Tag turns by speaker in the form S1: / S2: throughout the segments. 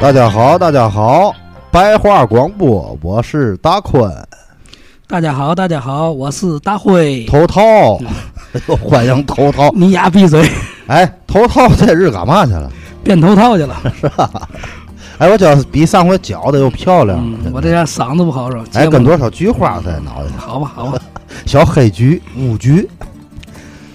S1: 大家好，大家好，白话广播，我是大坤，
S2: 大家好，大家好，我是大辉。
S1: 头套，哎呦，欢迎头套。
S2: 你丫闭 嘴，
S1: 哎，头套这日干嘛去了？
S2: 变头套去了。
S1: 哎，我觉得比上回绞的又漂亮了
S2: 嗯，。我
S1: 真
S2: 这
S1: 的
S2: 下嗓子不好受。
S1: 哎，
S2: 节目
S1: 跟多少菊花在脑袋上？
S2: 好吧，好吧，
S1: 小黑菊、木菊。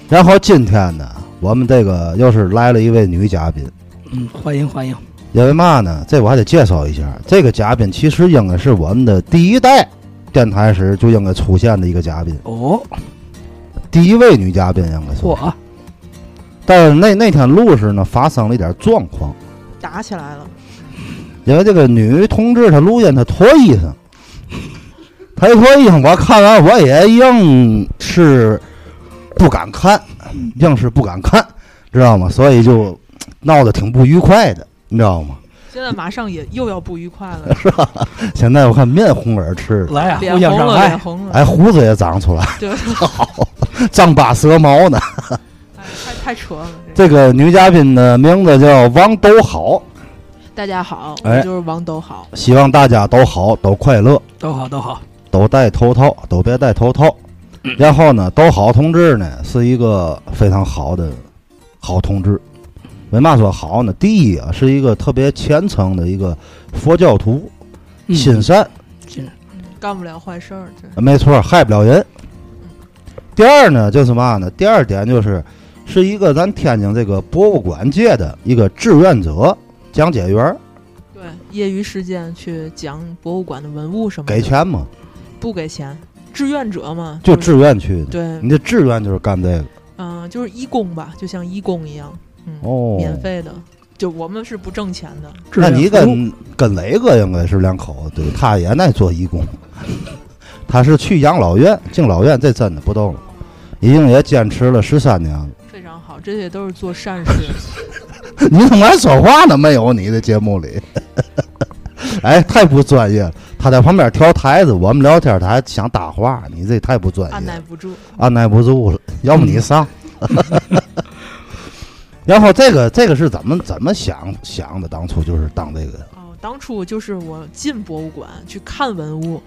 S1: 然后今天呢，我们这个又是来了一位女嘉宾，
S2: 嗯，欢迎欢迎。
S1: 因为嘛呢？这我还得介绍一下，这个嘉宾其实应该是我们的第一代电台时就应该出现的一个嘉宾，
S2: 哦，
S1: 第一位女嘉宾应该是。
S2: 嚯啊，
S1: 但是那那天录时呢，发生了一点状况，
S3: 打起来了，
S1: 因为这个女同志她录音她脱衣裳， 她一脱衣裳，我看完我也硬是不敢看，硬是不敢看，知道吗？所以就闹得挺不愉快的，你知道吗？
S3: 现在马上也又要不愉 快了，
S1: 现在我看面红耳赤的，
S2: 来呀，
S3: 脸
S2: 互相
S3: 红
S2: 伤
S3: 了，脸
S2: 害。
S3: 红了，
S1: 哎，胡子也长出来，
S3: 对，
S1: 丈八蛇矛呢。
S3: 哎太太扯了。这
S1: 这个女嘉宾的名字叫王都好，
S3: 大家好，
S1: 哎
S3: 我就是王斗好，
S1: 希望大家都好，都快乐。
S2: 都好，都好。
S1: 都戴头套，都别戴头套。然后呢，都好同志呢是一个非常好的好同志。为嘛说好呢？第一啊，是一个特别虔诚的一个佛教徒，
S2: 嗯
S1: 心善，
S3: 嗯干不了坏事儿，这
S1: 没错，害不了人。第二呢，就是嘛呢？第二点就是，是一个咱天津这个博物馆界的一个志愿者、讲解员儿，
S3: 对业余时间去讲博物馆的文物什么的，
S1: 给钱嘛，
S3: 不给钱？志愿者嘛，
S1: 就是志愿去的。
S3: 对，
S1: 你的志愿就是干这个
S3: 嗯、就是义工吧，就像义工一样，嗯，
S1: 哦，
S3: 免费的，就我们是不挣钱的，
S2: 志
S1: 那
S2: 愿
S1: 你
S2: 服务
S1: 跟跟雷哥应该是两口子，对，他也爱做义工，他是去养老院、敬老院，这真的不逗了，已经也坚持了十三年了。
S3: 非常好，这些都是做善事。
S1: 哎你怎么还说话呢？没有你的节目里， 哎，太不专业了。他在旁边调台子，我们聊天，他还想搭话，你这太不专
S3: 按
S1: 业了
S3: 耐，不住，
S1: 按耐不住了。要不你上。 然后这个这个是怎么怎么想想的？当初就是当这个
S3: 哦，当初就是我进博物馆去看文物，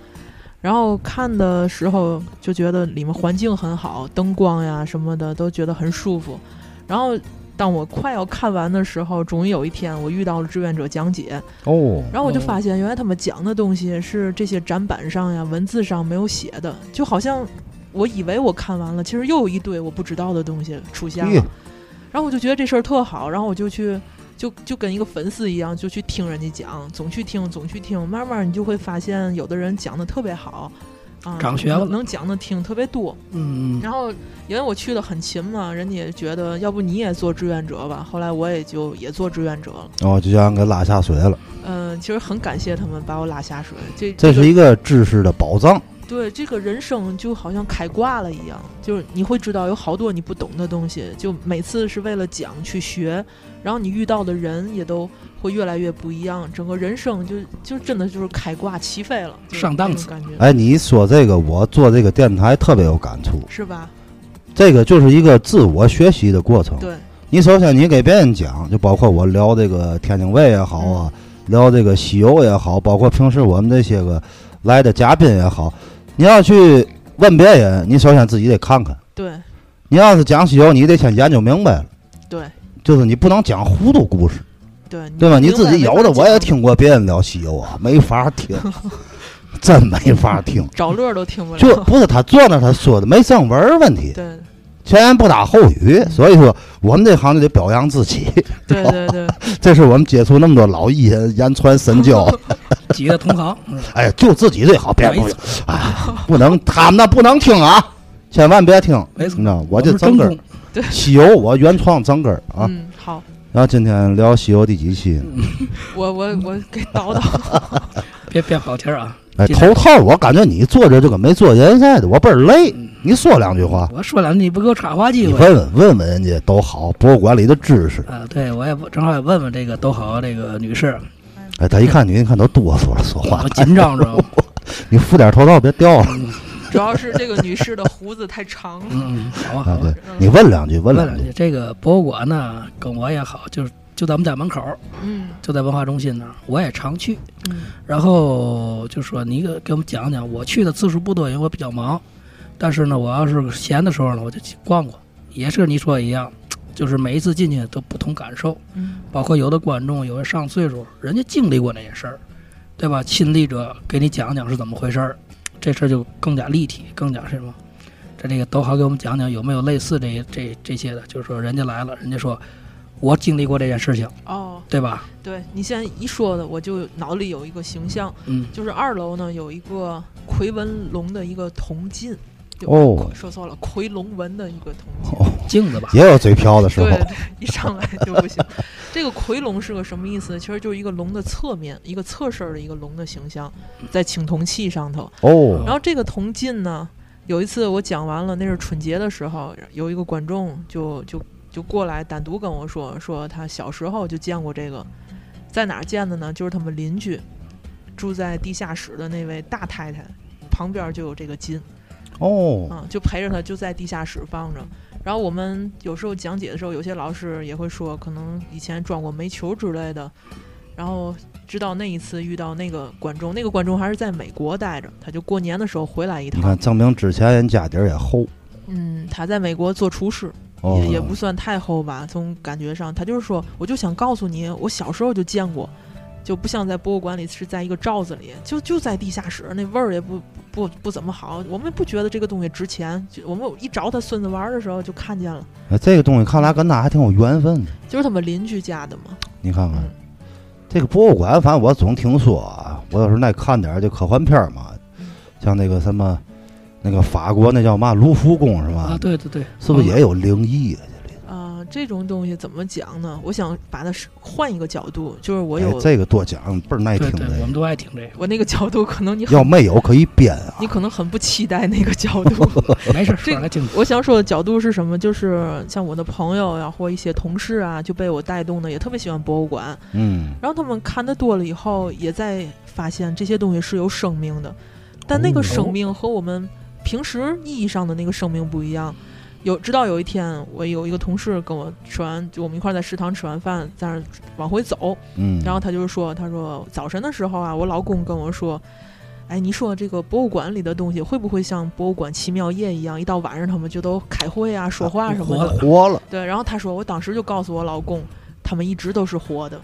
S3: 然后看的时候就觉得里面环境很好，灯光呀什么的都觉得很舒服。然后当我快要看完的时候，终于有一天我遇到了志愿者讲解，
S1: 哦
S3: 然后我就
S2: 哦
S3: 发现原来他们讲的东西是这些展板上呀文字上没有写的，就好像我以为我看完了，其实又有一堆我不知道的东西出现
S1: 咦
S3: 了。然后我就觉得这事儿特好，然后我就去，就就跟一个粉丝一样，就去听人家讲，总去听，总去听，慢慢你就会发现，有的人讲的特别好，啊，
S2: 长学问了
S3: 能能讲的听特别多。
S2: 嗯，
S3: 然后因为我去的很勤嘛，人家也觉得，要不你也做志愿者吧。后来我也就也做志愿者了。
S1: 哦，就让给拉下水了。
S3: 嗯、其实很感谢他们把我拉下水。这
S1: 这
S3: 个
S1: 是一个知识的宝藏。
S3: 对这个人生就好像开挂了一样，就是你会知道有好多你不懂的东西，就每次是为了讲去学，然后你遇到的人也都会越来越不一样，整个人生就就真的就是开挂齐飞了，就是
S2: 上档次
S3: 那种感觉，
S1: 哎，你一说这个，我做这个电台特别有感触。
S3: 是吧？
S1: 这个就是一个自我学习的过程。
S3: 对，
S1: 你首先你给别人讲，就包括我聊这个天津卫也好啊，聊这个西游也好，包括平时我们这些个来的嘉宾也好，你要去问别人，你首先自己得看看。
S3: 对，
S1: 你要是讲西游，你得先研究明白了。
S3: 对，
S1: 就是你不能讲糊涂故事，
S3: 对，
S1: 对吧？你
S3: 明白
S1: 自己有
S3: 没
S1: 的
S3: 法
S1: 我也
S3: 讲，
S1: 听过别人聊西游啊，没法听，真没法听。
S3: 找乐儿都听不
S1: 就
S3: 了。
S1: 不是他坐那儿他说的没正文儿问题，
S3: 对
S1: 前言不搭后语，所以说我们这行就得表扬自己，
S3: 对对 对，
S1: 这是我们接触那么多老艺人言传神教，
S2: 几个同 行，嗯
S1: 哎，就自己最好，别
S2: 没
S1: 不
S2: 错
S1: 啊，不能他们那不能听啊，千万别听，
S2: 没
S1: 你
S2: 错
S1: 知，道吗我
S2: 我
S1: 这
S2: 是
S1: 整
S2: 真
S1: 根儿
S2: 空，
S1: 西游我原创整根儿啊，
S3: 嗯，好，
S1: 然后今天聊西游第几期呢？
S3: 我我我给叨叨，
S2: 别别跑题儿啊！
S1: 哎，
S2: 今天
S1: 头套我感觉你坐着就跟没做人似的，我倍儿累，你说两句话，
S2: 我说两句，你不给我插话机
S1: 你
S2: 会
S1: 问问问问人家都好，博物馆里的知识。
S2: 啊？对，我也不正好也问问这个都好这个女 士，
S1: 哎，他一看你，一看都哆嗦了，说话
S2: 我。紧 张知道吗？
S1: 你敷点头套，别掉了
S3: 主要是这个女士的胡子太长了。
S2: 嗯，好啊，好
S1: 啊！
S2: 啊
S1: 对，你问两句，问两
S2: 问两
S1: 句
S2: 句，这个博物馆呢，跟我也好，就是就咱们家门口儿，
S3: 嗯
S2: 就在文化中心那儿，我也常去。
S3: 嗯
S2: 然后就说你给给我们讲讲，我去的次数不多，因为我比较忙。但是呢，我要是闲的时候呢，我就去逛逛，也是你说一样，就是每一次进去都不同感受。
S3: 嗯
S2: 包括有的观众，有的上岁数，人家经历过那些事儿，对吧？亲历者给你讲讲是怎么回事儿，这事儿就更加立体，更加什么？这这个都好给我们讲讲有没有类似这这这些的，就是说人家来了，人家说我经历过这件事情，
S3: 哦，
S2: 对吧？
S3: 对你现在一说的，我就脑里有一个形象，
S2: 嗯，
S3: 就是二楼呢有一个夔纹龙的一个铜镜，就
S1: 哦
S3: 说错了，夔龙纹的一个铜镜。
S1: 哦，
S2: 镜子吧，
S1: 也有嘴瓢的时候
S3: 对，对，一上来就不行。这个夔龙是个什么意思？其实就是一个龙的侧面，一个侧身儿的一个龙的形象，在青铜器上头。
S1: 哦，
S3: 然后这个铜镜呢，有一次我讲完了，那是春节的时候，有一个观众就就就过来单独跟我说，说他小时候就见过这个，在哪儿见的呢？就是他们邻居住在地下室的那位大太太旁边就有这个金。
S1: 哦，
S3: 嗯，就陪着他，就在地下室放着。然后我们有时候讲解的时候，有些老师也会说，可能以前撞过煤球之类的。然后直到那一次遇到那个观众，那个观众还是在美国待着，他就过年的时候回来一
S1: 你
S3: 趟
S1: 看。证明之前人家底儿也厚，
S3: 嗯，他在美国做厨师，
S1: 哦，
S3: 也也不算太厚吧。从感觉上，他就是说，我就想告诉你，我小时候就见过，就不像在博物馆里是在一个罩子里，就就在地下室，那味儿也不不不怎么好。我们不觉得这个东西值钱，就我们一找他孙子玩儿的时候就看见了，
S1: 哎这个东西看来跟他还挺有缘分的，
S3: 就是他们邻居家的嘛。
S1: 你看看
S3: 嗯。
S1: 这个博物馆，反正我总听说啊，我有时候爱看点儿这科幻片儿嘛，
S3: 嗯
S1: 像那个什么，那个法国那叫嘛卢浮宫是吧
S2: 啊，？对对对，
S1: 是不是也有灵异的？
S3: 啊、这种东西怎么讲呢？我想把它是换一个角度，就是我
S1: 哎
S3: 有、
S1: 这个多讲倍儿爱
S2: 对
S1: 听
S2: 对，我
S1: 的
S2: 们，都爱听这
S3: 我那个角度，可能你很
S1: 要没有可以编啊
S3: 你。可能很不期待那个角 度。
S2: 个，没事，
S3: 这
S2: 说来听听。
S3: 我想说的角度是什么？就是像我的朋友呀、或一些同事啊，就被我带动的，也特别喜欢博物馆。
S1: 嗯，
S3: 然后他们看的多了以后，也在发现这些东西是有生命的，但那
S1: 哦
S3: 个生命和我们平时意义上的那个生命不一样。有，直到有一天，我有一个同事跟我吃完，就我们一块儿在食堂吃完饭，在那儿往回走，
S1: 嗯，
S3: 然后他就说：“他说早晨的时候啊，我老公跟我说，哎，你说这个博物馆里的东西会不会像博物馆奇妙夜一样，一到晚上他们就都开会啊、说话什么
S2: 活
S3: 的
S2: 了？
S1: 活了，
S3: 对。然后他说，我当时就告诉我老公，他们一直都是活的。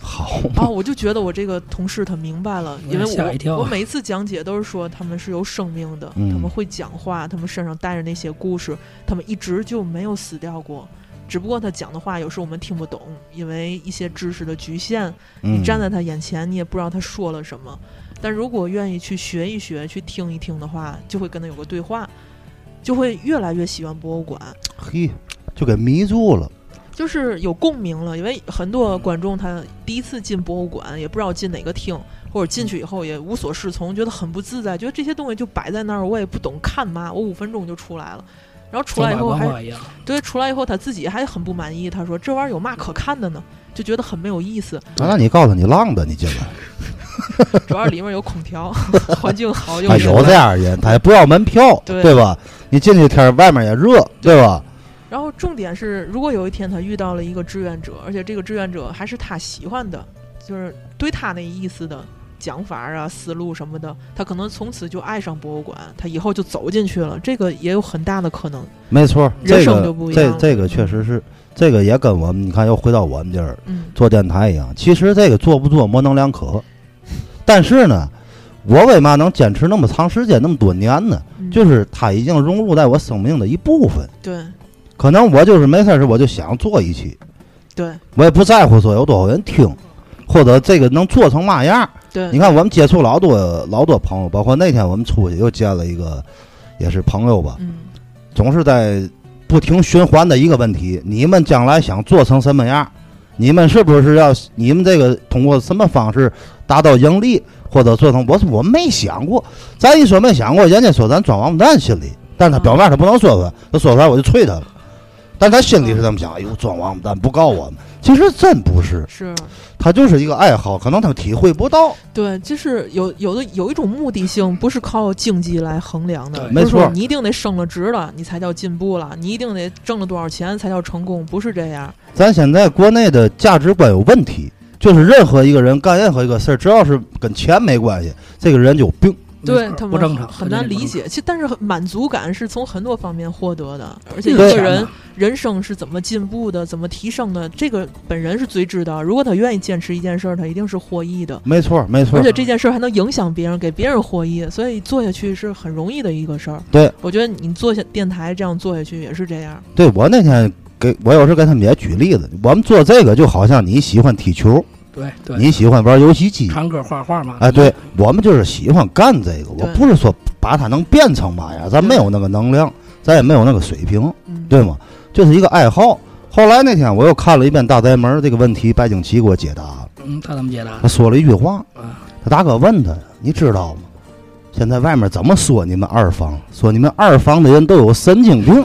S1: 好嘛，
S3: 啊，我就觉得我这个同事他明白了，因为
S2: 我也吓一跳啊
S3: 我我每一次讲解都是说他们是有生命的，
S1: 嗯
S3: 他们会讲话，他们身上带着那些故事，他们一直就没有死掉过。只不过他讲的话有时候我们听不懂，因为一些知识的局限，
S1: 你
S3: 你站在他眼前，你也不知道他说了什么。但如果愿意去学一学、去听一听的话，就会跟他有个对话，就会越来越喜欢博物馆，
S1: 嘿，就给迷住了。
S3: 就是有共鸣了。因为很多观众他第一次进博物馆，也不知道进哪个厅，或者进去以后也无所适从，觉得很不自在，觉得这些东西就摆在那儿，我也不懂看嘛，我五分钟就出来了。然后出来以后
S2: 走马观
S3: 还
S2: 花一样，
S3: 对，出来以后他自己还很不满意，他说这玩意儿有嘛可看的呢，就觉得很没有意思。
S1: 啊那你告诉你浪的，你进来，
S3: 主要里面有空调， 环境好又
S1: 啊，
S3: 人
S1: 有这样的人，他也不要门票，
S3: 对
S1: 对吧？你进去天儿外面也热，对吧？
S3: 然后重点是，如果有一天他遇到了一个志愿者，而且这个志愿者还是他喜欢的，就是对他那意思的讲法啊、思路什么的，他可能从此就爱上博物馆，他以后就走进去了，这个也有很大的可能。
S1: 没错，
S3: 人
S1: 这
S3: 生就
S1: 个
S3: 不一
S1: 这
S3: 样
S1: 这个确实是，这个也跟我们你看又回到我们这儿
S3: 嗯
S1: 做电台一样。其实这个做不做模棱两可，但是呢，我为嘛能坚持那么长时间那么多年呢？
S3: 嗯，
S1: 就是它已经融入在我生命的一部分。
S3: 对
S1: 可能我就是没事儿时我就想做一期，
S3: 对
S1: 我也不在乎说有多少人听，或者这个能做成嘛样儿。
S3: 对，
S1: 你看，我们接触老多老多朋友，包括那天我们出去又见了一个，也是朋友吧，
S3: 嗯
S1: 总是在不停循环的一个问题：你们将来想做成什么样儿？你们是不是要你们这个通过什么方式达到盈利，或者做成？我说我没想过，咱一说没想过，人家说咱装王八蛋心理，但是他
S3: 嗯
S1: 表面他不能说出来，他说出来我就啐他了。但他心里是这么想：哎呦，装王八蛋不告我们，其实真不是，
S3: 是
S1: 他就是一个爱好，可能他体会不到。
S3: 对，就是有有的有一种目的性，不是靠竞技来衡量的，
S2: 对
S1: 没
S3: 就是说
S1: 错
S3: 你一定得升了职了，你才叫进步了，你一定得挣了多少钱才叫成功，不是这样。
S1: 咱现在国内的价值观有问题，就是任何一个人干任何一个事儿，只要是跟钱没关系，这个人就有病。
S3: 对他们
S2: 不正常，
S3: 很
S2: 对
S3: 难
S2: 这
S3: 理
S2: 不正常
S3: 解。其实，但是很满足感是从很多方面获得的，而且一
S1: 对
S3: 个
S2: 啊
S3: 人人生是怎么进步的、怎么提升的，这个本人是最知道。如果他愿意坚持一件事儿，他一定是获益的，
S1: 没错，没错
S2: 啊
S3: 而，且这件事儿还能影响别人，给别人获益，所以做下去是很容易的一个事儿。
S1: 对，
S3: 我觉得你做下电台这样做下去也是这样。
S1: 对我那天给我有时给他们也举例子，我们做这个就好像你喜欢踢球，
S2: 对对，
S1: 你喜欢玩游戏机，
S2: 唱歌画画嘛，
S1: 哎，对，我们就是喜欢干这个。我
S3: 对
S1: 不是说把它能变成嘛呀，咱没有那个能量，咱也没有那个水平，
S3: 嗯，
S1: 对吗？就是一个爱好。后来那天我又看了一遍《大宅门》这个问题，白景琦给我解答了。
S2: 嗯，他怎么解答
S1: 他
S2: 的？
S1: 说了一句话，
S2: 啊，
S1: 他大哥问他：“你知道吗？现在外面怎么说你们二房？说你们二房的人都有神经病。”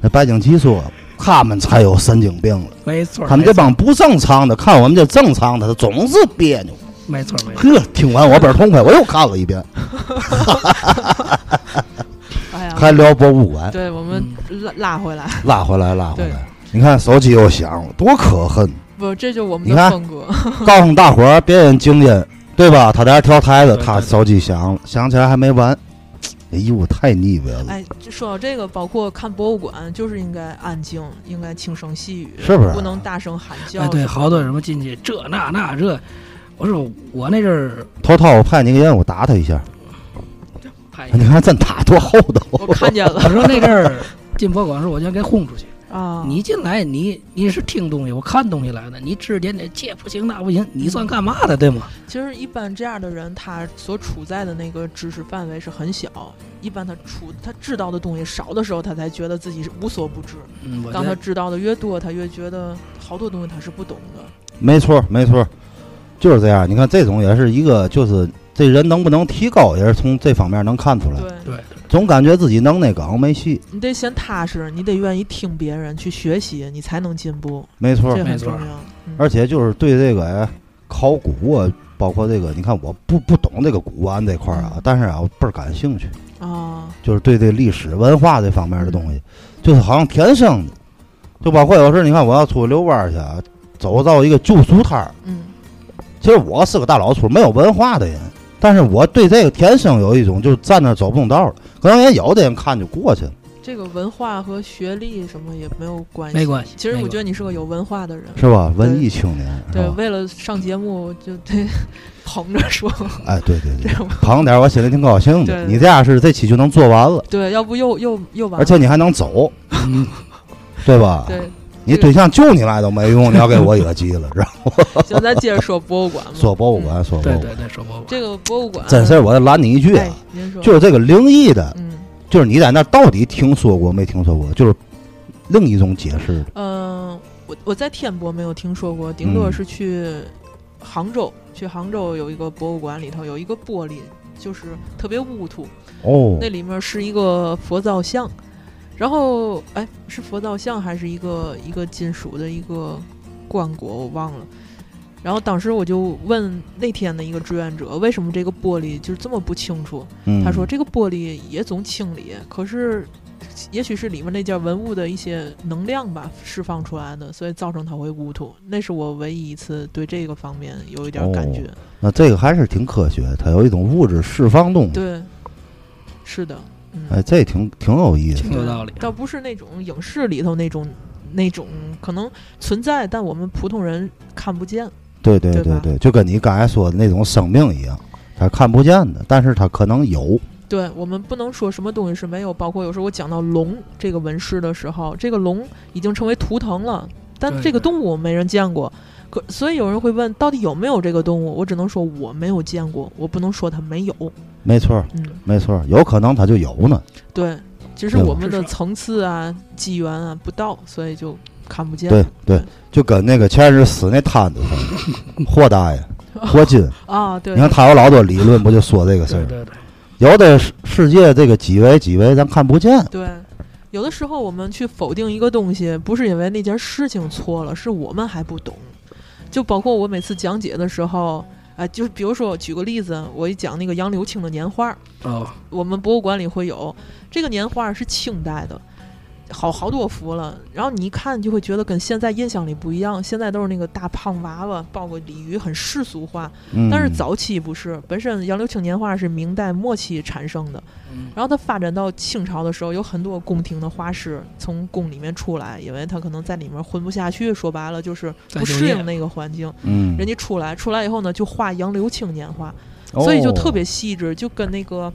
S1: 那白景琦说：“他们才有神经病了，
S2: 没错，
S1: 他们
S2: 没
S1: 这
S2: 错
S1: 帮不正常的看我们这正常的，他总是别扭。”
S2: 没错没错，
S1: 呵，听完我倍儿痛快，我又看了一遍，
S3: 哎呀，
S1: 还聊博物馆，
S3: 对我们
S2: 嗯
S3: 拉拉回来，
S1: 拉回来，拉回
S3: 对
S1: 来。你看手机又响了，多可 恨！
S3: 不，这就是我们
S1: 你看
S3: 的风格。
S1: 告诉大伙儿，别人精英，对吧？他在那儿调台子，
S2: 对
S1: 他
S2: 对对
S1: 手机响了，响起来还没完，这衣服太腻歪了，
S3: 哎，就说到这个，包括看博物馆，就是应该安静，应该轻声细语，
S1: 是不是
S3: 不能大声喊叫。
S2: 哎，对，好多什么进去这那那这，我说我那阵 儿
S1: 头涛，我派你个人，我打他一下。
S2: 拍一下
S1: 你看咱打多厚道，
S3: 我看见 了
S2: 我说那阵儿进博物馆的时候，我就给轰出去。
S3: 啊！
S2: 你进来，你你是听东西，我看东西来的，你指指点点，这不行那不行，你
S3: 嗯
S2: 算干嘛的，对吗？
S3: 其实一般这样的人，他所处在的那个知识范围是很小，一般他处他知道的东西少的时候，他才觉得自己是无所不知。
S2: 嗯，我觉
S3: 当他
S2: 得
S3: 知道的越多，他越觉得好多东西他是不懂的。
S1: 没错儿，没错儿，就是这样。你看这种也是一个，就是这人能不能提高，也是从这方面能看出来。
S3: 对，
S2: 对，
S1: 总感觉自己能那梗没戏，
S3: 你得先踏实，你得愿意听别人去学习，你才能进步，
S1: 没错儿
S3: 这。
S2: 没
S3: 很
S2: 错
S3: 重要。嗯
S1: 而且就是对这个哎考古啊，包括这个，你看我不不懂这个古玩这块儿啊
S3: 嗯，
S1: 但是啊，我倍儿感兴趣，
S3: 啊，
S1: 就是对这历史文化这方面的东西，就是好像天生的。就包括有时候你看，我要出去遛弯儿去啊，走到一个旧书摊儿，
S3: 嗯，
S1: 其实我是个大老粗，没有文化的人，但是我对这个天生有一种就是站那儿走不动道了。可能也有的人看就过去了，
S3: 这个文化和学历什么也没有关系。
S2: 没关系。
S3: 其实
S2: 没
S3: 我
S2: 关
S3: 觉
S2: 系
S3: 得你是个有文化的人，
S1: 是吧？文艺青年，是
S3: 对，
S1: 吧？
S3: 为了上节目就得 捧着说，
S1: 哎，对对对
S3: 这，样
S1: 胖点儿我心里挺高兴
S3: 对
S1: 的。
S3: 对
S1: 你这样是这期就能做完了，
S3: 对，要不又又又完了。
S1: 而且你还能 走。
S2: 嗯
S1: 对吧？
S3: 对，
S1: 你对象救你来都没用，你要给我惹急了，然后
S3: 行，咱接着说博物馆吧。嗯
S1: 说博物 馆，说博
S2: 对
S1: 物
S2: 对
S1: 馆，
S2: 对，说博物
S3: 这个博物馆，
S1: 真事儿我拦你一句
S3: 哎
S1: 啊，，
S3: 您说，
S1: 就是这个灵异的，
S3: 嗯
S1: 就是你在那儿到底听说过没听说过？就是另一种解释，
S3: 嗯，我我在天博没有听说过，顶多
S1: 嗯
S3: 是去杭州，去杭州有一个博物馆里头有一个玻璃，就是特别乌秃，
S1: 哦
S3: 那里面是一个佛造像，然后哎，是佛造像还是一个一个金属的一个棺椁，我忘了。然后当时我就问那天的一个志愿者，为什么这个玻璃就是这么不清楚？
S1: 嗯
S3: 他说这个玻璃也总清理，可是也许是里面那件文物的一些能量吧释放出来的，所以造成它会乌土。那是我唯一一次对这个方面有一点
S1: 哦
S3: 感觉。
S1: 那这个还是挺科学，它有一种物质释放东西，
S3: 对，是的，嗯。
S1: 哎，这挺挺有意思
S2: 挺，有道理。
S3: 倒不是那种影视里头那种那种可能存在，但我们普通人看不见。
S1: 对对
S3: 对
S1: 对
S3: 吧
S1: 对，就跟你刚才说的那种生命一样，它看不见的，但是它可能有，
S3: 对我们不能说什么东西是没有，包括有时候我讲到龙这个纹饰的时候，这个龙已经成为图腾了，但
S2: 对
S3: 这个
S2: 对
S3: 动物没人见过。可所以有人会问，到底有没有这个动物？我只能说我没有见过，我不能说它没有。
S1: 没错儿
S3: 嗯，
S1: 没错儿，有可能它就有呢。
S3: 对，只是
S1: 对吧
S3: 我们的
S2: 至少
S3: 层次啊、机缘啊不到，所以就看不见。
S1: 对对，就跟那个前日死那摊子似 的，霍大爷、霍金，
S3: 啊，对
S1: 你，看他有老多理论，不就说这个事
S2: 对
S1: 儿？
S2: 对对，
S1: 有的世世界这个几维几维咱看不见，
S3: 对，有的时候我们去否定一个东西，不是因为那件事情错了，是我们还不懂。就包括我每次讲解的时候，啊、就是比如说我举个例子，我一讲那个杨柳青的年画，
S2: 哦，
S3: 我们博物馆里会有这个年画是清代的，好好多幅了。然后你一看就会觉得跟现在印象里不一样，现在都是那个大胖娃娃抱个鲤鱼，很世俗化。
S1: 嗯
S3: 但是早期不是，本身杨柳青年画是明代末期产生的，
S2: 嗯
S3: 然后它发展到清朝的时候，有很多宫廷的画师从宫里面出来，因为他可能在里面混不下去，说白了就是
S2: 再
S3: 不
S2: 就
S3: 适
S2: 业
S3: 应那个环境，
S1: 嗯，
S3: 人家出来，出来以后呢就画杨柳青年画。所以
S1: 哦
S3: 就特别细致，就跟那个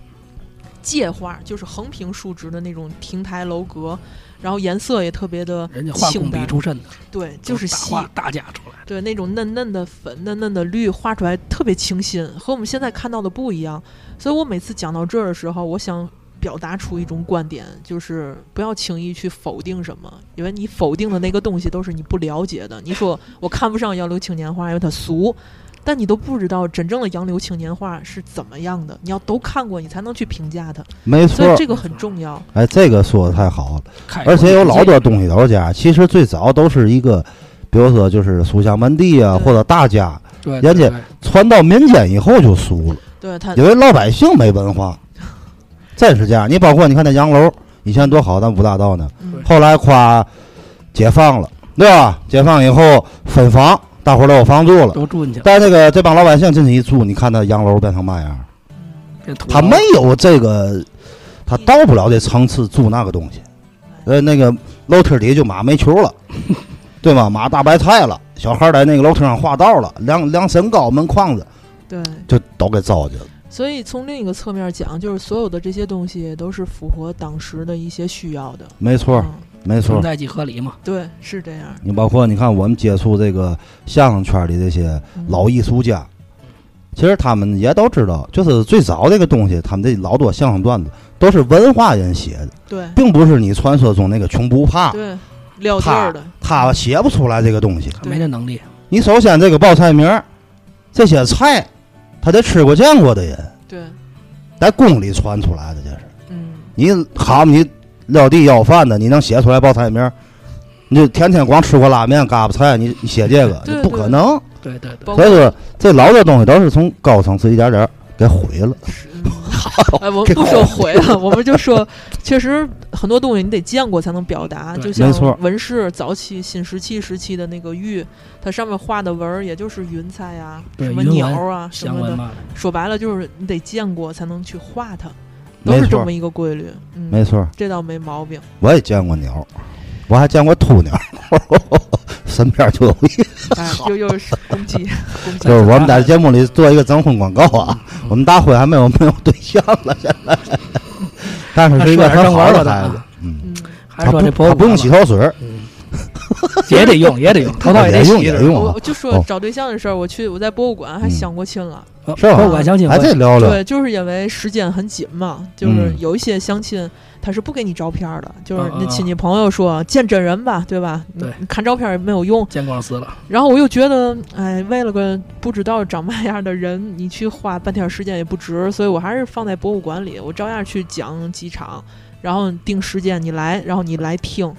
S3: 界画，就是横平竖直的那种亭台楼阁，然后颜色也特别的
S2: 人家画工
S3: 清
S2: 笔
S3: 淡，
S2: 出身的，
S3: 对，就是
S2: 大
S3: 细，
S2: 画大家出来的，
S3: 对那种嫩嫩的粉、嫩嫩的绿，画出来特别清新，和我们现在看到的不一样。所以我每次讲到这儿的时候，我想。表达出一种观点，就是不要轻易去否定什么，因为你否定的那个东西都是你不了解的。你说我看不上杨柳青年画，因为它俗，但你都不知道真正的杨柳青年画是怎么样的，你要都看过，你才能去评价它。
S1: 没错
S3: 所以。这个很重要。
S1: 哎，这个说的太好啊了，
S2: 开阔
S1: 而且有
S2: 眼界
S1: 老多东西都是这样。其实最早都是一个，比如说就是书香门第啊，
S3: 对
S1: 或者大家
S2: 对
S1: 人家
S2: 对
S1: 传到民间以后就俗了，
S3: 对它，
S1: 因为老百姓没文化，真是这样。你包括你看那洋楼以前多好，咱五大道呢，
S3: 嗯，
S1: 后来夸解放了，对吧？解放以后分房，大伙儿都有房住了。
S2: 都住进去了，
S1: 但这个这帮老百姓进去一住，你看那洋楼变成嘛样儿？
S2: 变土
S1: 他
S2: 楼
S1: 没有这个，他到不了这层次住那个东西，呃，那个楼梯底就码煤球 了，对吗？码大白菜了，小孩儿在那个楼梯上画道了，量量身高、门框子
S3: 对。
S1: 就都给糟践了。
S3: 所以从另一个侧面讲，就是所有的这些东西都是符合当时的一些需要的。
S1: 没错儿，
S3: 嗯，
S1: 没错
S2: 存
S1: 儿。
S2: 在即合理嘛，
S3: 对，是这样。
S1: 你包括你看，我们接触这个相声圈里这些
S3: 嗯
S1: 老艺术家，其实他们也都知道，就是最早这个东西，他们这老多相声段子都是文化人写的，
S3: 对
S1: 并不是你传说中那个穷不怕，
S3: 对撂地儿的，
S1: 他写不出来这个东西。
S2: 他
S3: 对
S2: 没这能力，
S1: 你首先这个报菜名儿，这些菜，他得吃过见过的人，
S3: 对，
S1: 在宫里传出来的，这是
S3: 嗯，
S1: 你好，你撂地要饭的，你能写出来报菜名儿？你就天天光吃过拉面、嘎巴菜，你你写这个，
S3: 对
S1: 你不可能。
S2: 对对对，
S1: 所
S3: 包括
S1: 以说，这老多东西都是从高层次一点点儿给毁了。
S3: 哎，我们
S1: 给
S3: 不说回了，我们就说，确实很多东西你得见过才能表达，
S2: 对
S3: 就
S1: 没
S3: 像
S1: 错
S3: 文士早期新石器时期的那个玉，它上面画的纹儿，也就是云彩呀、
S2: 对
S3: 什么
S2: 云纹
S3: 鸟儿啊什
S2: 相
S3: 么
S2: 关
S3: 的，
S2: 嘛，
S3: 说白了就是你得见过才能去画它，都
S1: 没
S3: 是这
S1: 错
S3: 么，一个规律。嗯，
S1: 没错，
S3: 这倒没 毛病。
S1: 我也见过鸟，我还见过秃鸟， 身边就有一个。
S3: 哎，又又 是攻击，攻击
S1: 就。是我们在节目里做一个征婚广告啊，我们大辉还没有没有对象了，现在，但是是一个很好的孩子，嗯，
S3: 嗯，
S2: 啊还
S1: 他
S2: 说
S1: 不
S2: 这博物
S1: 他不用
S2: 馆
S1: 洗
S2: 嘛
S1: 头水，
S2: 嗯也得用也得 用，头套
S1: 也
S2: 得
S1: 用
S2: 洗
S1: 也
S2: 着。
S1: 用
S3: 我
S1: 啊
S3: 我，就说
S1: 哦
S3: 找对象的事儿，我去我在博物馆还
S1: 嗯
S3: 相过亲了。
S2: 哦
S1: 是吧
S2: 博物馆相亲
S1: 哎，
S2: 会
S1: 这聊聊，
S3: 对，就是因为时间很紧嘛，就是
S1: 嗯
S3: 有一些相亲他是不给你照片儿的，就是
S2: 啊
S3: 那
S2: 啊
S3: 亲戚朋友说见真人吧，对吧？你
S2: 对
S3: 你看照片儿也没有用。
S2: 见光死了，
S3: 然后我又觉得，哎，为了个不知道长嘛样的人，你去花半天时间也不值，所以我还是放在博物馆里，我照样去讲几场，然后定时间你来，然后你来听，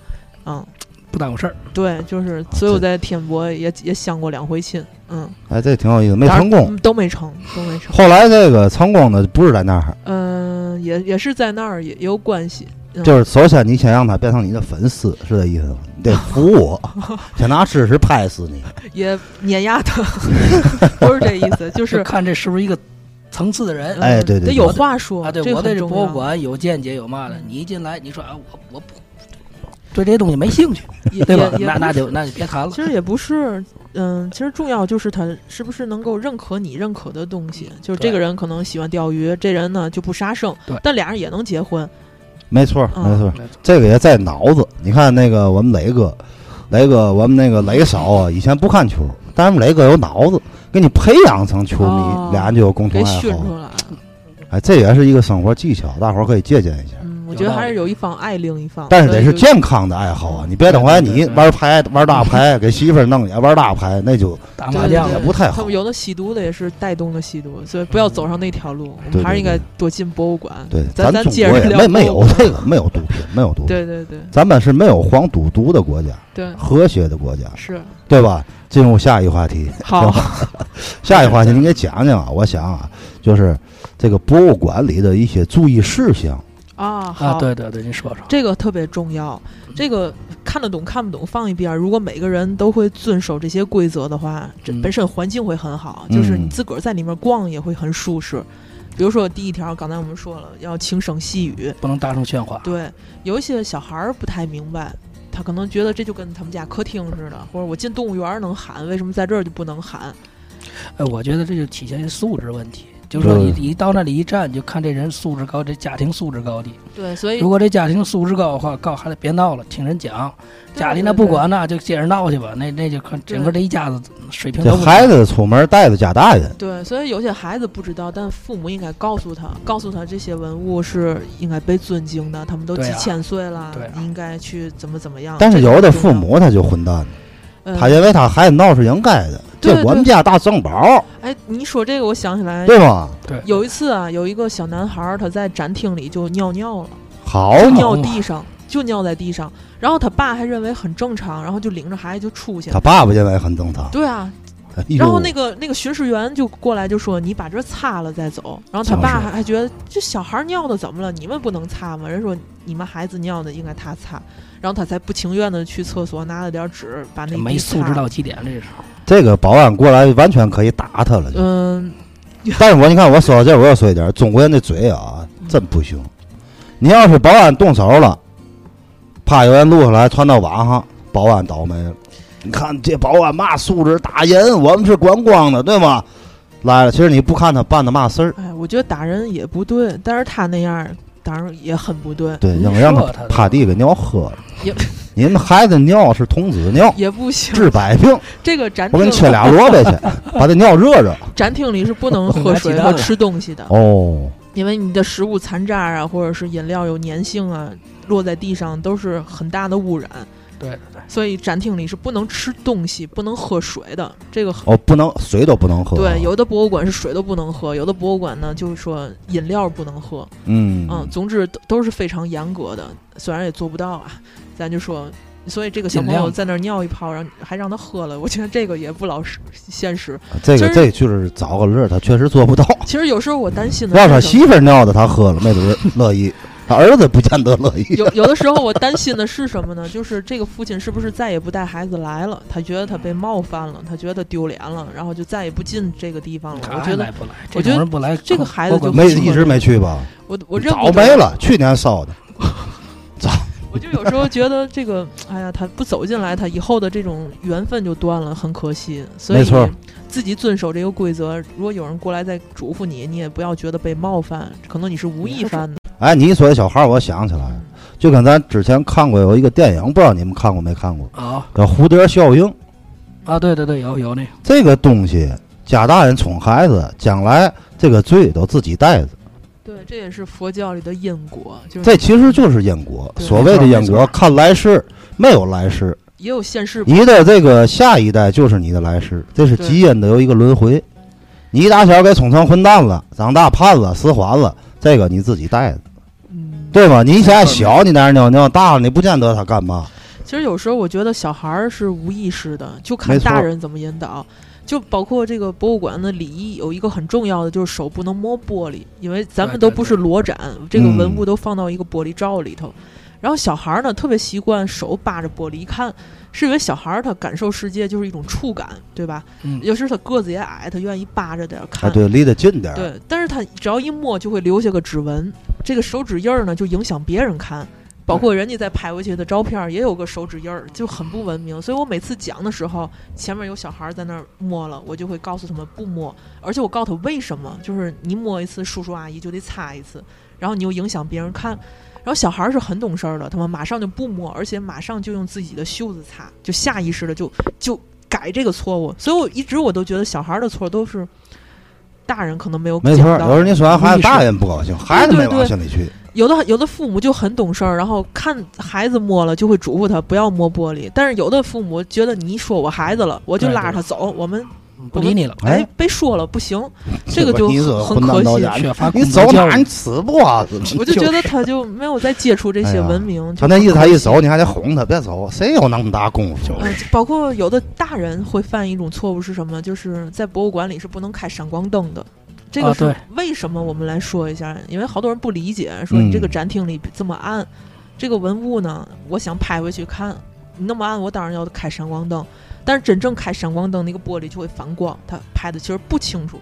S3: 嗯，
S2: 不耽误事儿。
S3: 对，就是，所以
S1: 这
S3: 我在天博也也相过两回亲，嗯，
S1: 哎，这挺有意思，没
S3: 当
S1: 成
S3: 然
S1: 功。
S3: 嗯都没成，都没成，
S1: 后来这个成功的不是在那儿，
S3: 嗯、也也是在那儿也也有关系，嗯
S1: 就是首先你先让他变成你的粉丝，是这意思吗？你得服我，先拿知识拍死你。
S3: 也碾压他， 不是这意思，就
S2: 就是看这是不是一个层次的人
S1: 哎对对
S3: 得
S1: 对
S3: 有话说
S2: 啊？对，
S3: 这个
S2: 我对
S3: 很
S2: 这
S3: 重
S2: 博物
S3: 要嗯
S2: 馆有见解，有嘛的。你一进来，你说啊，我我不对这些东西没兴趣，
S3: 也
S2: 对吧
S3: 也？也
S2: 那
S3: 不
S2: 那
S3: 是
S2: 就那就别谈了
S3: 其。实也不是，嗯，其实重要就是他是不是能够认可你认可的东西，就是这
S2: 嗯对
S3: 个人可能喜欢钓鱼，这人呢就不杀生
S2: 对，
S3: 但俩人也能结婚，
S1: 没错，
S3: 嗯
S1: 没错
S2: 没错，
S1: 这个也在脑子。你看那个我们雷哥，雷哥，我们那个雷嫂啊，以前不看球，但是雷哥有脑子，给你培养成球
S3: 哦
S1: 迷，俩人就有共同
S3: 给
S1: 爱
S3: 熏
S1: 好了。
S3: 出
S2: 嗯
S3: 来了。
S1: 哎，这也是一个生活技巧，大伙儿可以借鉴一下。
S3: 嗯，我觉得还是有一方爱另一方，
S1: 但是得是
S3: 所以就
S1: 健康的爱好啊！你别等回来
S2: 对对
S1: 你
S2: 对
S1: 玩牌玩大 牌，给媳妇儿弄也玩大牌，那就
S2: 打
S3: 对
S2: 麻
S3: 对
S2: 将
S1: 也
S3: 对
S1: 不太好
S3: 他们有的吸毒的也是带动了吸毒，所以不要走上那条路。我
S1: 嗯对
S3: 们还是应该
S1: 对
S3: 多进博物馆。
S1: 对。中
S3: 咱咱
S1: 国
S3: 接着
S1: 也
S3: 聊
S1: 没没有
S3: 博物馆
S1: 这个，没有毒品，没有毒品。
S3: 对对对
S1: 咱们是没有黄赌毒的国家，
S3: 对，
S1: 和谐的国家，
S3: 是
S1: 对吧？进入下一话题，
S3: 好，
S1: 下一话题您给讲讲啊！我想啊，就是这个博物馆里的一些注意事项。
S3: 啊
S2: 啊，
S3: 好。
S2: 对对对，你说说，
S3: 这个特别重要，这个看得懂看不懂放一边儿。如果每个人都会遵守这些规则的话，这
S2: 嗯
S3: 本身环境会很好，就是
S1: 嗯
S3: 你自个儿在里面逛也会很舒适。比如说第一条，刚才我们说了，要轻声细语。
S2: 不能大声喧哗，
S3: 对，有一些小孩儿不太明白，他可能觉得这就跟他们家客厅似的，或者我进动物园儿能喊，为什么在这儿就不能喊？
S2: 哎，我觉得这就体现素质问题。就是说你
S1: 对
S2: 一到那里一站，你就看这人素质高，这家庭素质高低。
S3: 对，所以
S2: 如果这家庭素质高的话，告诉孩子别闹了，听人讲。家里那不管那就接着闹去吧，那那就可整个这一家子水
S3: 嗯
S2: 平
S1: 这
S2: 都不
S1: 孩
S2: 一样
S1: 子出门带着家大人，
S3: 对，所以有些孩子不知道，但父母应该告诉他，告诉他这些文物是应该被尊敬的，他们都
S2: 对
S3: 几
S2: 啊
S3: 千岁了，
S2: 对啊
S3: 你应该去怎么怎么样。
S1: 但是
S3: 这个
S1: 有的
S3: 重
S1: 父，
S3: 要
S1: 母他就混蛋了，
S3: 嗯
S1: 他认为他孩子闹是应该的，
S3: 对
S1: 这我们家大正宝，
S3: 哎，你说这个，我想起来，
S1: 对吗？
S2: 对，
S3: 有一次啊，有一个小男孩儿他在展厅里就尿尿了，
S1: 好
S3: 就
S1: 嘛，
S3: 尿地上，就尿在地上，然后他爸还认为很正常，然后就领着孩子就出去
S1: 他
S3: 了。
S1: 爸爸认为很正常。
S3: 对啊，
S1: 哎呦
S3: 然后那个那个巡视员就过来就说：“你把这擦了再走。”然后他爸
S1: 就是
S3: 还还觉得这小孩尿的怎么了？你们不能擦吗？人说你们孩子尿的应该他擦，然后他才不情愿的去厕所拿了点纸把那
S2: 这没
S3: 地
S2: 素质
S3: 擦
S2: 到极点，这是
S1: 这个保安过来完全可以打他了。就
S3: 嗯，
S1: 但是我你看我说到这儿，我要说一点，中国人的嘴啊
S3: 嗯
S1: 真不行。你要是保安动手了，怕有人录下来传到网上，保安倒霉了。你看这保安嘛素质打人，我们是观光的，对吗？来了，其实你不看他办的嘛事儿，
S3: 哎，我觉得打人也不对，但是他那样儿当然也很不对，
S1: 对，
S2: 你
S1: 应该让
S2: 说
S1: 他
S2: 他
S1: 趴地给尿喝了
S3: 也。
S1: 你们孩子尿是童子尿，
S3: 也不行。
S1: 治百病。
S3: 这个展
S1: 我给
S3: 厅
S1: 你啊切俩萝卜去，把这尿热 热。
S3: 展厅里是不能喝
S2: 拿
S3: 水
S2: 鸡
S3: 和
S2: 蛋
S3: 吃东西的，
S1: 哦，
S3: 因为你的食物残渣啊，或者是饮料有粘性啊，落在地上都是很大的污染。
S2: 对对对，
S3: 所以展厅里是不能吃东西、不能喝水的。这个很
S1: 哦，不能水都不能喝。
S3: 对，有的博物馆是水都不能喝，有的博物馆呢就是说饮料不能喝。
S1: 嗯
S3: 嗯，总之都都是非常严格的，虽然也做不到啊，咱就说。所以这个小
S2: 尽
S3: 朋友
S2: 量
S3: 在那儿尿一泡，然后还让他喝了，我觉得这个也不老实 现实。
S1: 这
S3: 就
S1: 个
S3: 是
S1: 这就是找个乐儿，他确实做不 到。
S3: 其实有时候我担心的
S1: 要
S3: 是
S1: 是他
S3: 什么
S1: 媳妇儿尿的，他喝了，没准儿乐意；他儿子不见得乐意。
S3: 有有的时候我担心的是什么呢？就是这个父亲是不是再也不带孩子来了？他觉得他被冒犯了，他觉得丢脸了，然后就再也不进这个地方了。我
S2: 他
S3: 觉得
S2: 来不来？这
S3: 我觉得
S2: 种人不来，
S3: 这个孩子
S2: 我管
S3: 就
S2: 不
S1: 没
S3: 是
S1: 一直没去吧？
S3: 我我认不
S1: 早
S3: 得
S1: 没了，去年烧的。
S3: 我就有时候觉得这个，哎呀，他不走进来，他以后的这种缘分就断了，很可惜。所
S1: 没
S3: 以
S1: 错
S3: 自己遵守这个规则，如果有人过来再嘱咐你，你也不要觉得被冒犯，可能你是无意犯的。
S1: 哎，你一说这小孩儿，我想起来了，就跟咱之前看过有一个电影，不知道你们看过没看过，
S2: 啊
S1: 叫《蝴蝶效应》。
S2: 啊，对对对，有有那个，
S1: 这个东西，家大人宠孩子，将来这个罪都自己带着。
S3: 对，这也是佛教里的因果，就是
S1: 这其实就是因果，
S3: 对
S1: 所谓的因
S2: 没错
S1: 果，
S2: 没错
S1: 看来世没有来世，
S3: 也有现世报。
S1: 你的这个下一代就是你的来世，这是基因的有一个轮回。你打小给宠成混蛋了，长大叛了，死缓了，这个你自己带的，
S3: 嗯，
S1: 对吧？你现在小，你在那尿尿，大了你不见得他干嘛。
S3: 其实有时候我觉得小孩儿是无意识的，就
S1: 没
S3: 看
S1: 错
S3: 大人怎么引导。就包括这个博物馆的礼仪有一个很重要的，就是手不能摸玻璃，因为咱们
S2: 对
S3: 都
S2: 对
S3: 不是裸展，这个
S1: 嗯
S3: 文物都放到一个玻璃罩里头。然后小孩儿呢特别习惯手扒着玻璃一看，是因为小孩儿他感受世界就是一种触感，对吧？
S2: 嗯，
S3: 尤其是他个子也矮，他愿意扒着点儿看。
S1: 啊，对，离得近点儿。
S3: 对，但是他只要一摸就会留下个指纹，这个手指印儿呢就影响别人看，包括人家在拍回去的照片儿也有个手指印儿，就很不文明。所以我每次讲的时候，前面有小孩儿在那儿摸了，我就会告诉他们不摸，而且我告诉他为什么，就是你摸一次，叔叔阿姨就得擦一次，然后你又影响别人看。然后小孩儿是很懂事儿的，他们马上就不摸，而且马上就用自己的袖子擦，就下意识的就就改这个错误。所以我一直我都觉得小孩儿的错都是大人可能没有
S1: 没
S3: 讲
S1: 错儿，
S3: 到
S1: 有时候你说完孩
S3: 历
S1: 子，
S3: 史
S1: 大人不高兴，孩子没往心里去。
S3: 有的有的父母就很懂事儿，然后看孩子摸了就会嘱咐他不要摸玻璃，但是有的父母觉得你说我孩子了，我就
S2: 对
S3: 拉着
S2: 对
S3: 他走，我们
S2: 不理你了，
S1: 哎，
S3: 被说了不 行，这个就
S1: 你这
S3: 很
S1: 混蛋
S3: 可
S1: 到
S3: 惜。
S1: 家
S2: 缺乏
S1: 你
S2: 公德
S1: 走哪
S2: 教
S1: 儿
S2: 育
S1: 你。死不啊？
S3: 我就觉得他就没有再接触这
S1: 哎
S3: 些
S1: 呀
S3: 文明。
S1: 他那
S3: 就很
S1: 意思，他
S3: 可
S1: 一
S3: 惜
S1: 走，你还得哄他，别走，谁有那么大功夫？就是
S3: 呃，包括有的大人会犯一种错误是什么？就是在博物馆里是不能开闪光灯的。这
S2: 啊
S3: 个是
S2: 对
S3: 为什么？我们来说一下，因为好多人不理解，说你这个
S1: 嗯
S3: 展厅里这么暗，这个文物呢，我想拍回去看，你那么暗，我当然要开闪光灯。但是真正开闪光灯，那个玻璃就会反光，它拍的其实不清楚。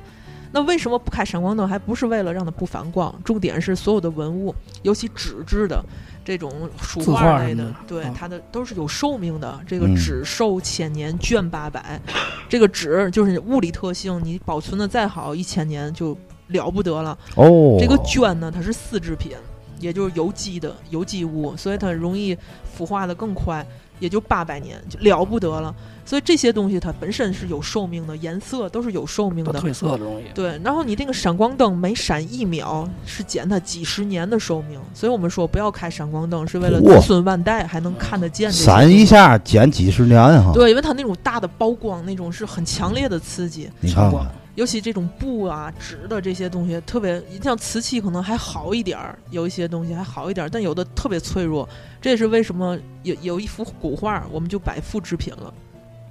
S3: 那为什么不开闪光灯？还不是为了让它不反光，重点是所有的文物，尤其纸质的这种书
S2: 字画
S3: 画类
S2: 什么的
S3: 对
S2: 嗯
S3: 它的都是有寿命的。这个
S1: 嗯
S3: 纸寿千年，卷八百。这个纸就是物理特性，你保存的再好，一千年就了不得了。
S1: 哦，
S3: 这个绢呢，它是丝制品，也就是油基的油基物，所以它容易腐化的更快，也就八百年就了不得了。所以这些东西它本身是有寿命的，颜色都是有寿命
S2: 都
S3: 的。
S2: 褪色了容易。
S3: 对，然后你这个闪光灯每闪一秒是减它几十年的寿命，所以我们说不要开闪光灯，是为了
S1: 哇
S3: 子孙万代还能看得见这些东西。
S1: 闪一下减几十年哈，
S3: 对，因为它那种大的曝光，那种是很强烈的刺激。
S1: 你看
S2: 过
S1: 看，
S3: 尤其这种布啊、纸的这些东西，特别你像瓷器可能还好一点儿，有一些东西还好一点儿，但有的特别脆弱。这也是为什么有有一幅古画，我们就摆复制品了，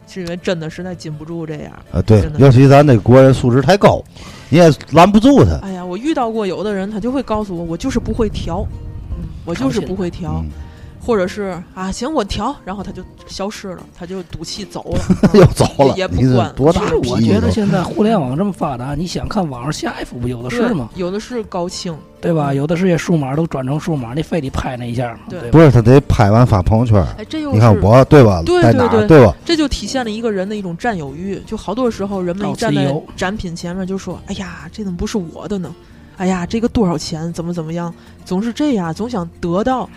S3: 是因为真的实在禁不住这样。
S1: 啊，对
S3: 真，的
S1: 尤其咱这国人素质太高，你也拦不住他。
S3: 哎呀，我遇到过有的人，他就会告诉我，我就是不会调，嗯，我就是不会调，
S1: 嗯，。
S3: 或者是啊，行，我调，然后他就消失了，他就赌气走 了
S1: 又
S3: 啊
S1: 走了
S3: 也，不
S1: 你这
S3: 管
S1: 多大
S2: 其实
S1: 脾
S2: 我
S1: 气
S2: 觉
S1: 都
S2: 得现在互联网这么发达，你想看网上下一幅不有的是吗？？
S3: 对有的是高清，
S2: 对吧？有的是些数码都转成数码，你非得拍那一下嘛，
S3: 对
S2: 对吧？
S1: 不是他得拍完发朋友圈，
S3: 哎，这又
S1: 你看
S3: 是
S1: 我对吧？
S3: 对
S1: 在
S3: 对
S1: 哪儿
S3: 对
S1: 对吧？
S3: 这就体现了一个人的一种占有欲。就好多时候，人们一
S2: 到此
S3: 站
S2: 一
S3: 在
S2: 游
S3: 展品前面就说：“哎呀，这怎么不是我的呢？哎呀，这个多少钱？怎么怎么样？总是这样，总想得到，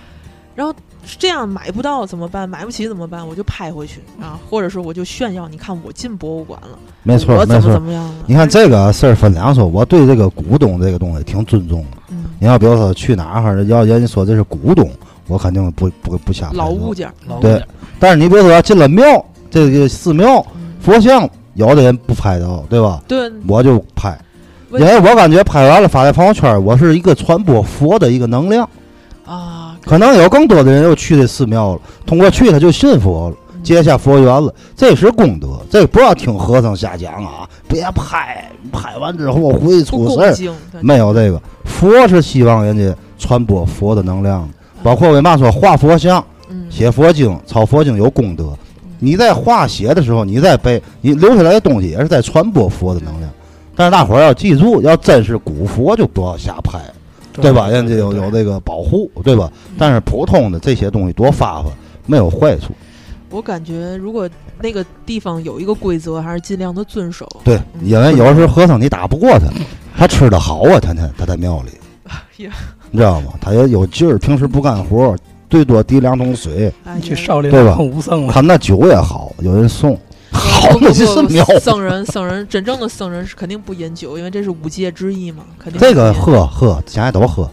S3: 然后这样买不到怎么办？买不起怎么办？我就拍回去啊，或者说我就炫耀，你看我进博物馆了，
S1: 没
S3: 我
S1: 错没
S3: 怎么
S1: 错
S3: 怎。么样了？
S1: 你看这个事儿分两说，我对这个古董这个东西挺尊重的。
S3: 嗯，
S1: 你要比如说去哪儿哈，要人家说这是古董，我肯定不不不瞎拍
S3: 老
S1: 照
S3: 物件儿，
S2: 老
S1: 对
S2: 有点
S1: 但是你比如说要进了庙，这个寺庙
S3: 嗯
S1: 佛像，有的人不拍照，对吧？
S3: 对，
S1: 我就拍，因
S3: 为
S1: 为我感觉拍完了发在朋友圈，我是一个传播佛的一个能量。
S3: 啊，
S1: 可能有更多的人又去这寺庙了，通过去他就信佛了，
S3: 嗯
S1: 结下佛缘了，这是功德。这不要听和尚瞎讲啊！别拍，拍完之后回去
S3: 不
S1: 出事
S3: 恭
S1: 儿。
S3: 敬，对
S1: 没有这个，佛是希望人家传播佛的能量的，包括为嘛说画佛像、
S3: 嗯，
S1: 写佛经、抄佛经有功德。
S3: 嗯
S1: 你在画写的时候，你在背，你留下来的东西也是在传播佛的能量。但是大伙儿要记住，要真是古佛就不要瞎拍，对吧？人家有有这个保护，对吧？但是普通的这些东西多发发没有坏处。
S3: 我感觉如果那个地方有一个规则，还是尽量的遵守。
S1: 对，
S3: 嗯
S1: 因为有的时候和尚你打不过他，他吃的好啊，他他他在庙里，
S3: 呀
S1: 你知道吗？他也有劲儿，平时不干活，最多提两桶水，
S3: 哎
S2: 你去
S3: 呀
S2: 少林
S1: 对吧
S2: 碰无僧 了，
S1: 他那酒也好，有人送，好
S3: 不
S1: 那
S3: 不
S1: 是什
S3: 不
S1: 么 庙？
S3: 不，僧人僧人真正的僧人是肯定不饮酒，因为这是五戒之一嘛，肯定
S1: 这个
S3: 不饮
S1: 喝喝，现在都喝，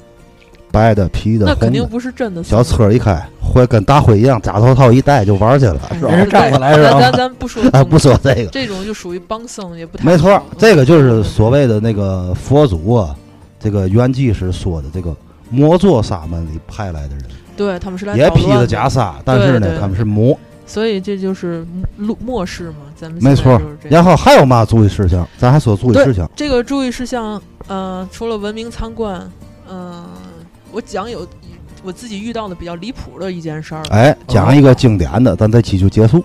S1: 白的、啤的、
S3: 那肯
S1: 红
S3: 定
S1: 的。
S3: 不是真的僧
S1: 小
S3: 人。
S1: 车一开，会跟大灰一样，假头套一戴就玩去了，是吧
S2: 人？是站起来是
S3: 咱
S2: 吧
S3: 咱咱 不说
S1: 啊，不说这个，
S3: 这种就属于帮僧，也不太
S1: 没错儿
S3: 好，
S1: 这个就是所谓的那个佛祖啊，这个圆寂时说的这个魔座沙门里派来的人，
S3: 对他们是来
S1: 也
S3: 捣
S1: 披
S3: 乱
S1: 着
S3: 的
S1: 袈裟，但是
S3: 对
S1: 呢，
S3: 对
S1: 他们是魔。
S3: 所以这就是末末世嘛，咱们
S1: 没
S3: 现在
S1: 错
S3: 就是这
S1: 然
S3: 样
S1: 后还有嘛注意事项？咱还说注意
S3: 对
S1: 事项，
S3: 这个注意事项，呃，除了文明参观，嗯、我讲有我自己遇到的比较离谱的一件事儿。
S1: 哎，讲一个经典的，咱这期就结束。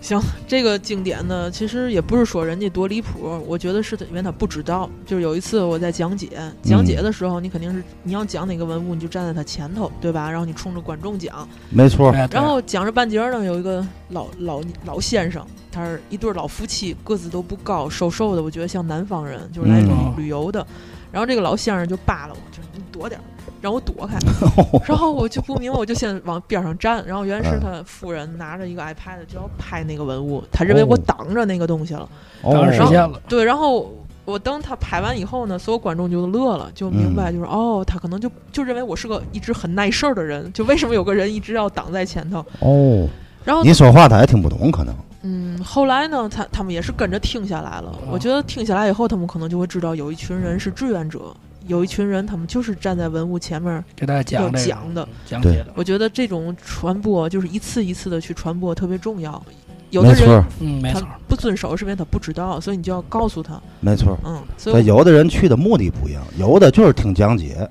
S3: 行，这个经典呢，其实也不是说人家多离谱，我觉得是因为他不知道。就是有一次我在讲解，
S1: 嗯
S3: 讲解的时候，你肯定是你要讲哪个文物，你就站在他前头，对吧？然后你冲着观众讲，
S1: 没错儿，
S2: 对对
S3: 然后讲着半截儿呢，有一个老老老先生，他是一对儿老夫妻，个子都不高，瘦瘦的，我觉得像南方人，就是来旅、
S1: 嗯
S3: 旅游的。然后这个老先生就扒拉我，就是你躲点儿，让我 躲开。然后我就不明白，我就先往边上站。然后原来是他夫人拿着一个 iPad 就要拍那个文物，他认为我
S1: 哦
S3: 挡着那个东西了。
S1: 哦
S2: 当然实现了，
S3: 对，然后我当他排完以后呢，所有观众就乐了，就明
S1: 嗯
S3: 白就是、哦，他可能就就认为我是个一直很耐事儿的人，就为什么有个人一直要挡在前头。
S1: 哦，
S3: 然后
S1: 你说话他也听不懂，可能
S3: 嗯，后来呢，他他们也是跟着听下来了。
S2: 哦
S3: 我觉得听下来以后，他们可能就会知道有一群人是志愿者，有一群人他们就是站在文物前面。
S2: 给大家讲这
S3: 要
S2: 个
S3: 讲的
S2: 讲解的，
S3: 我觉得这种传播就是一次一次的去传播特别重要。有的
S1: 没错
S3: 人
S1: 儿
S2: 嗯，没
S3: 他
S2: 错儿，
S3: 不遵守是因为他不知道，所以你就要告诉他。
S1: 没错儿。
S3: 嗯，所
S1: 但
S3: 以我
S1: 有的人去的目的不一样，有的就是听讲解，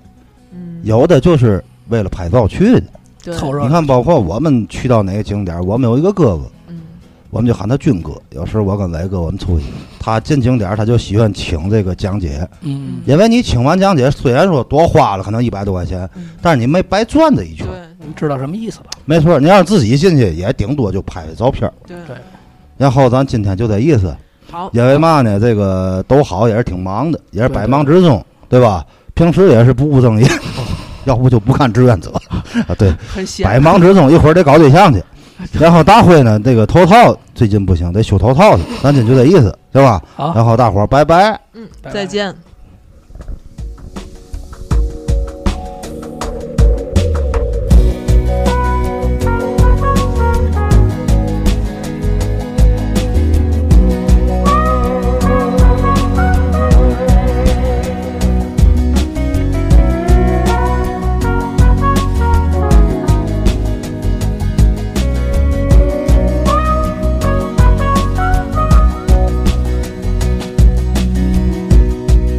S3: 嗯，
S1: 有的就是为了拍照去的。
S3: 对，
S2: 凑热
S1: 你
S2: 闹，
S1: 看，包括我们去到哪个景点儿，我们有一个哥哥，
S3: 嗯
S1: 我们就喊他军哥。有时候我跟雷哥我们出去，他进景点儿他就喜欢请这个讲解，
S2: 嗯，
S1: 因为你请完讲解，虽然说多花了可能一百多块钱，
S3: 嗯，
S1: 但是你没白转这一圈。
S3: 对
S2: 你知道什么意思了？
S1: 没错，你让自己进去也顶多就拍拍照片儿。
S3: 对
S2: 对
S1: 然后咱今天就这意思，
S3: 好，
S1: 因为嘛呢？这个都好也是挺忙的，也是
S2: 对
S1: 百
S2: 对
S1: 忙之中，对吧？平时也是不务正业， 要不就不看志愿者 啊。对，
S3: 很闲，
S1: 百忙之中一会儿得搞对象去。然后大辉呢，这个头套最近不行，得修头套去。咱今就这意思，对吧？
S2: 好，
S1: 然后大伙儿拜拜。
S3: 嗯，
S2: 拜拜
S3: 再见。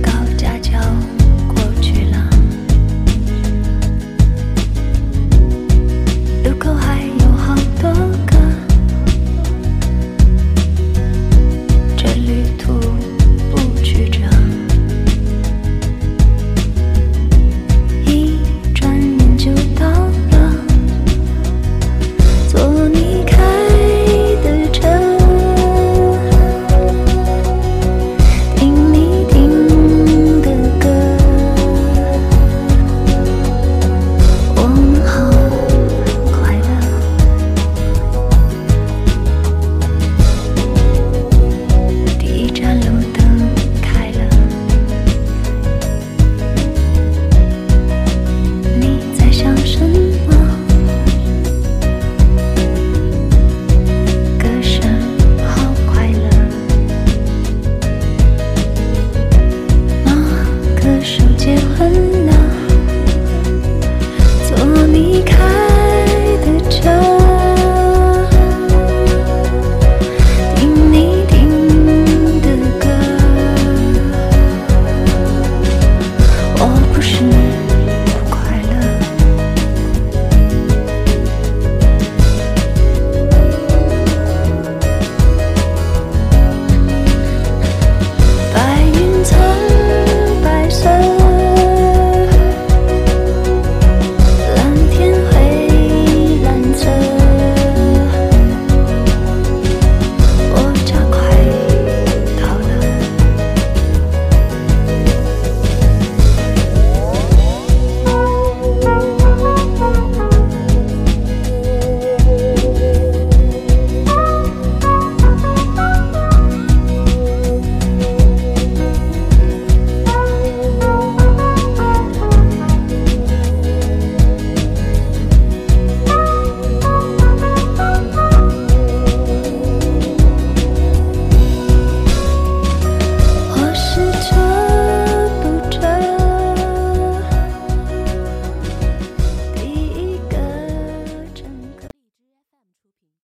S4: 高架桥过去了，路口还有好多个，这旅途不曲折。一转眼就到了，坐你开的车。听你听的歌，我们好快乐。第一盏路灯开了，你在想什么？歌声好快乐。啊那棵树结婚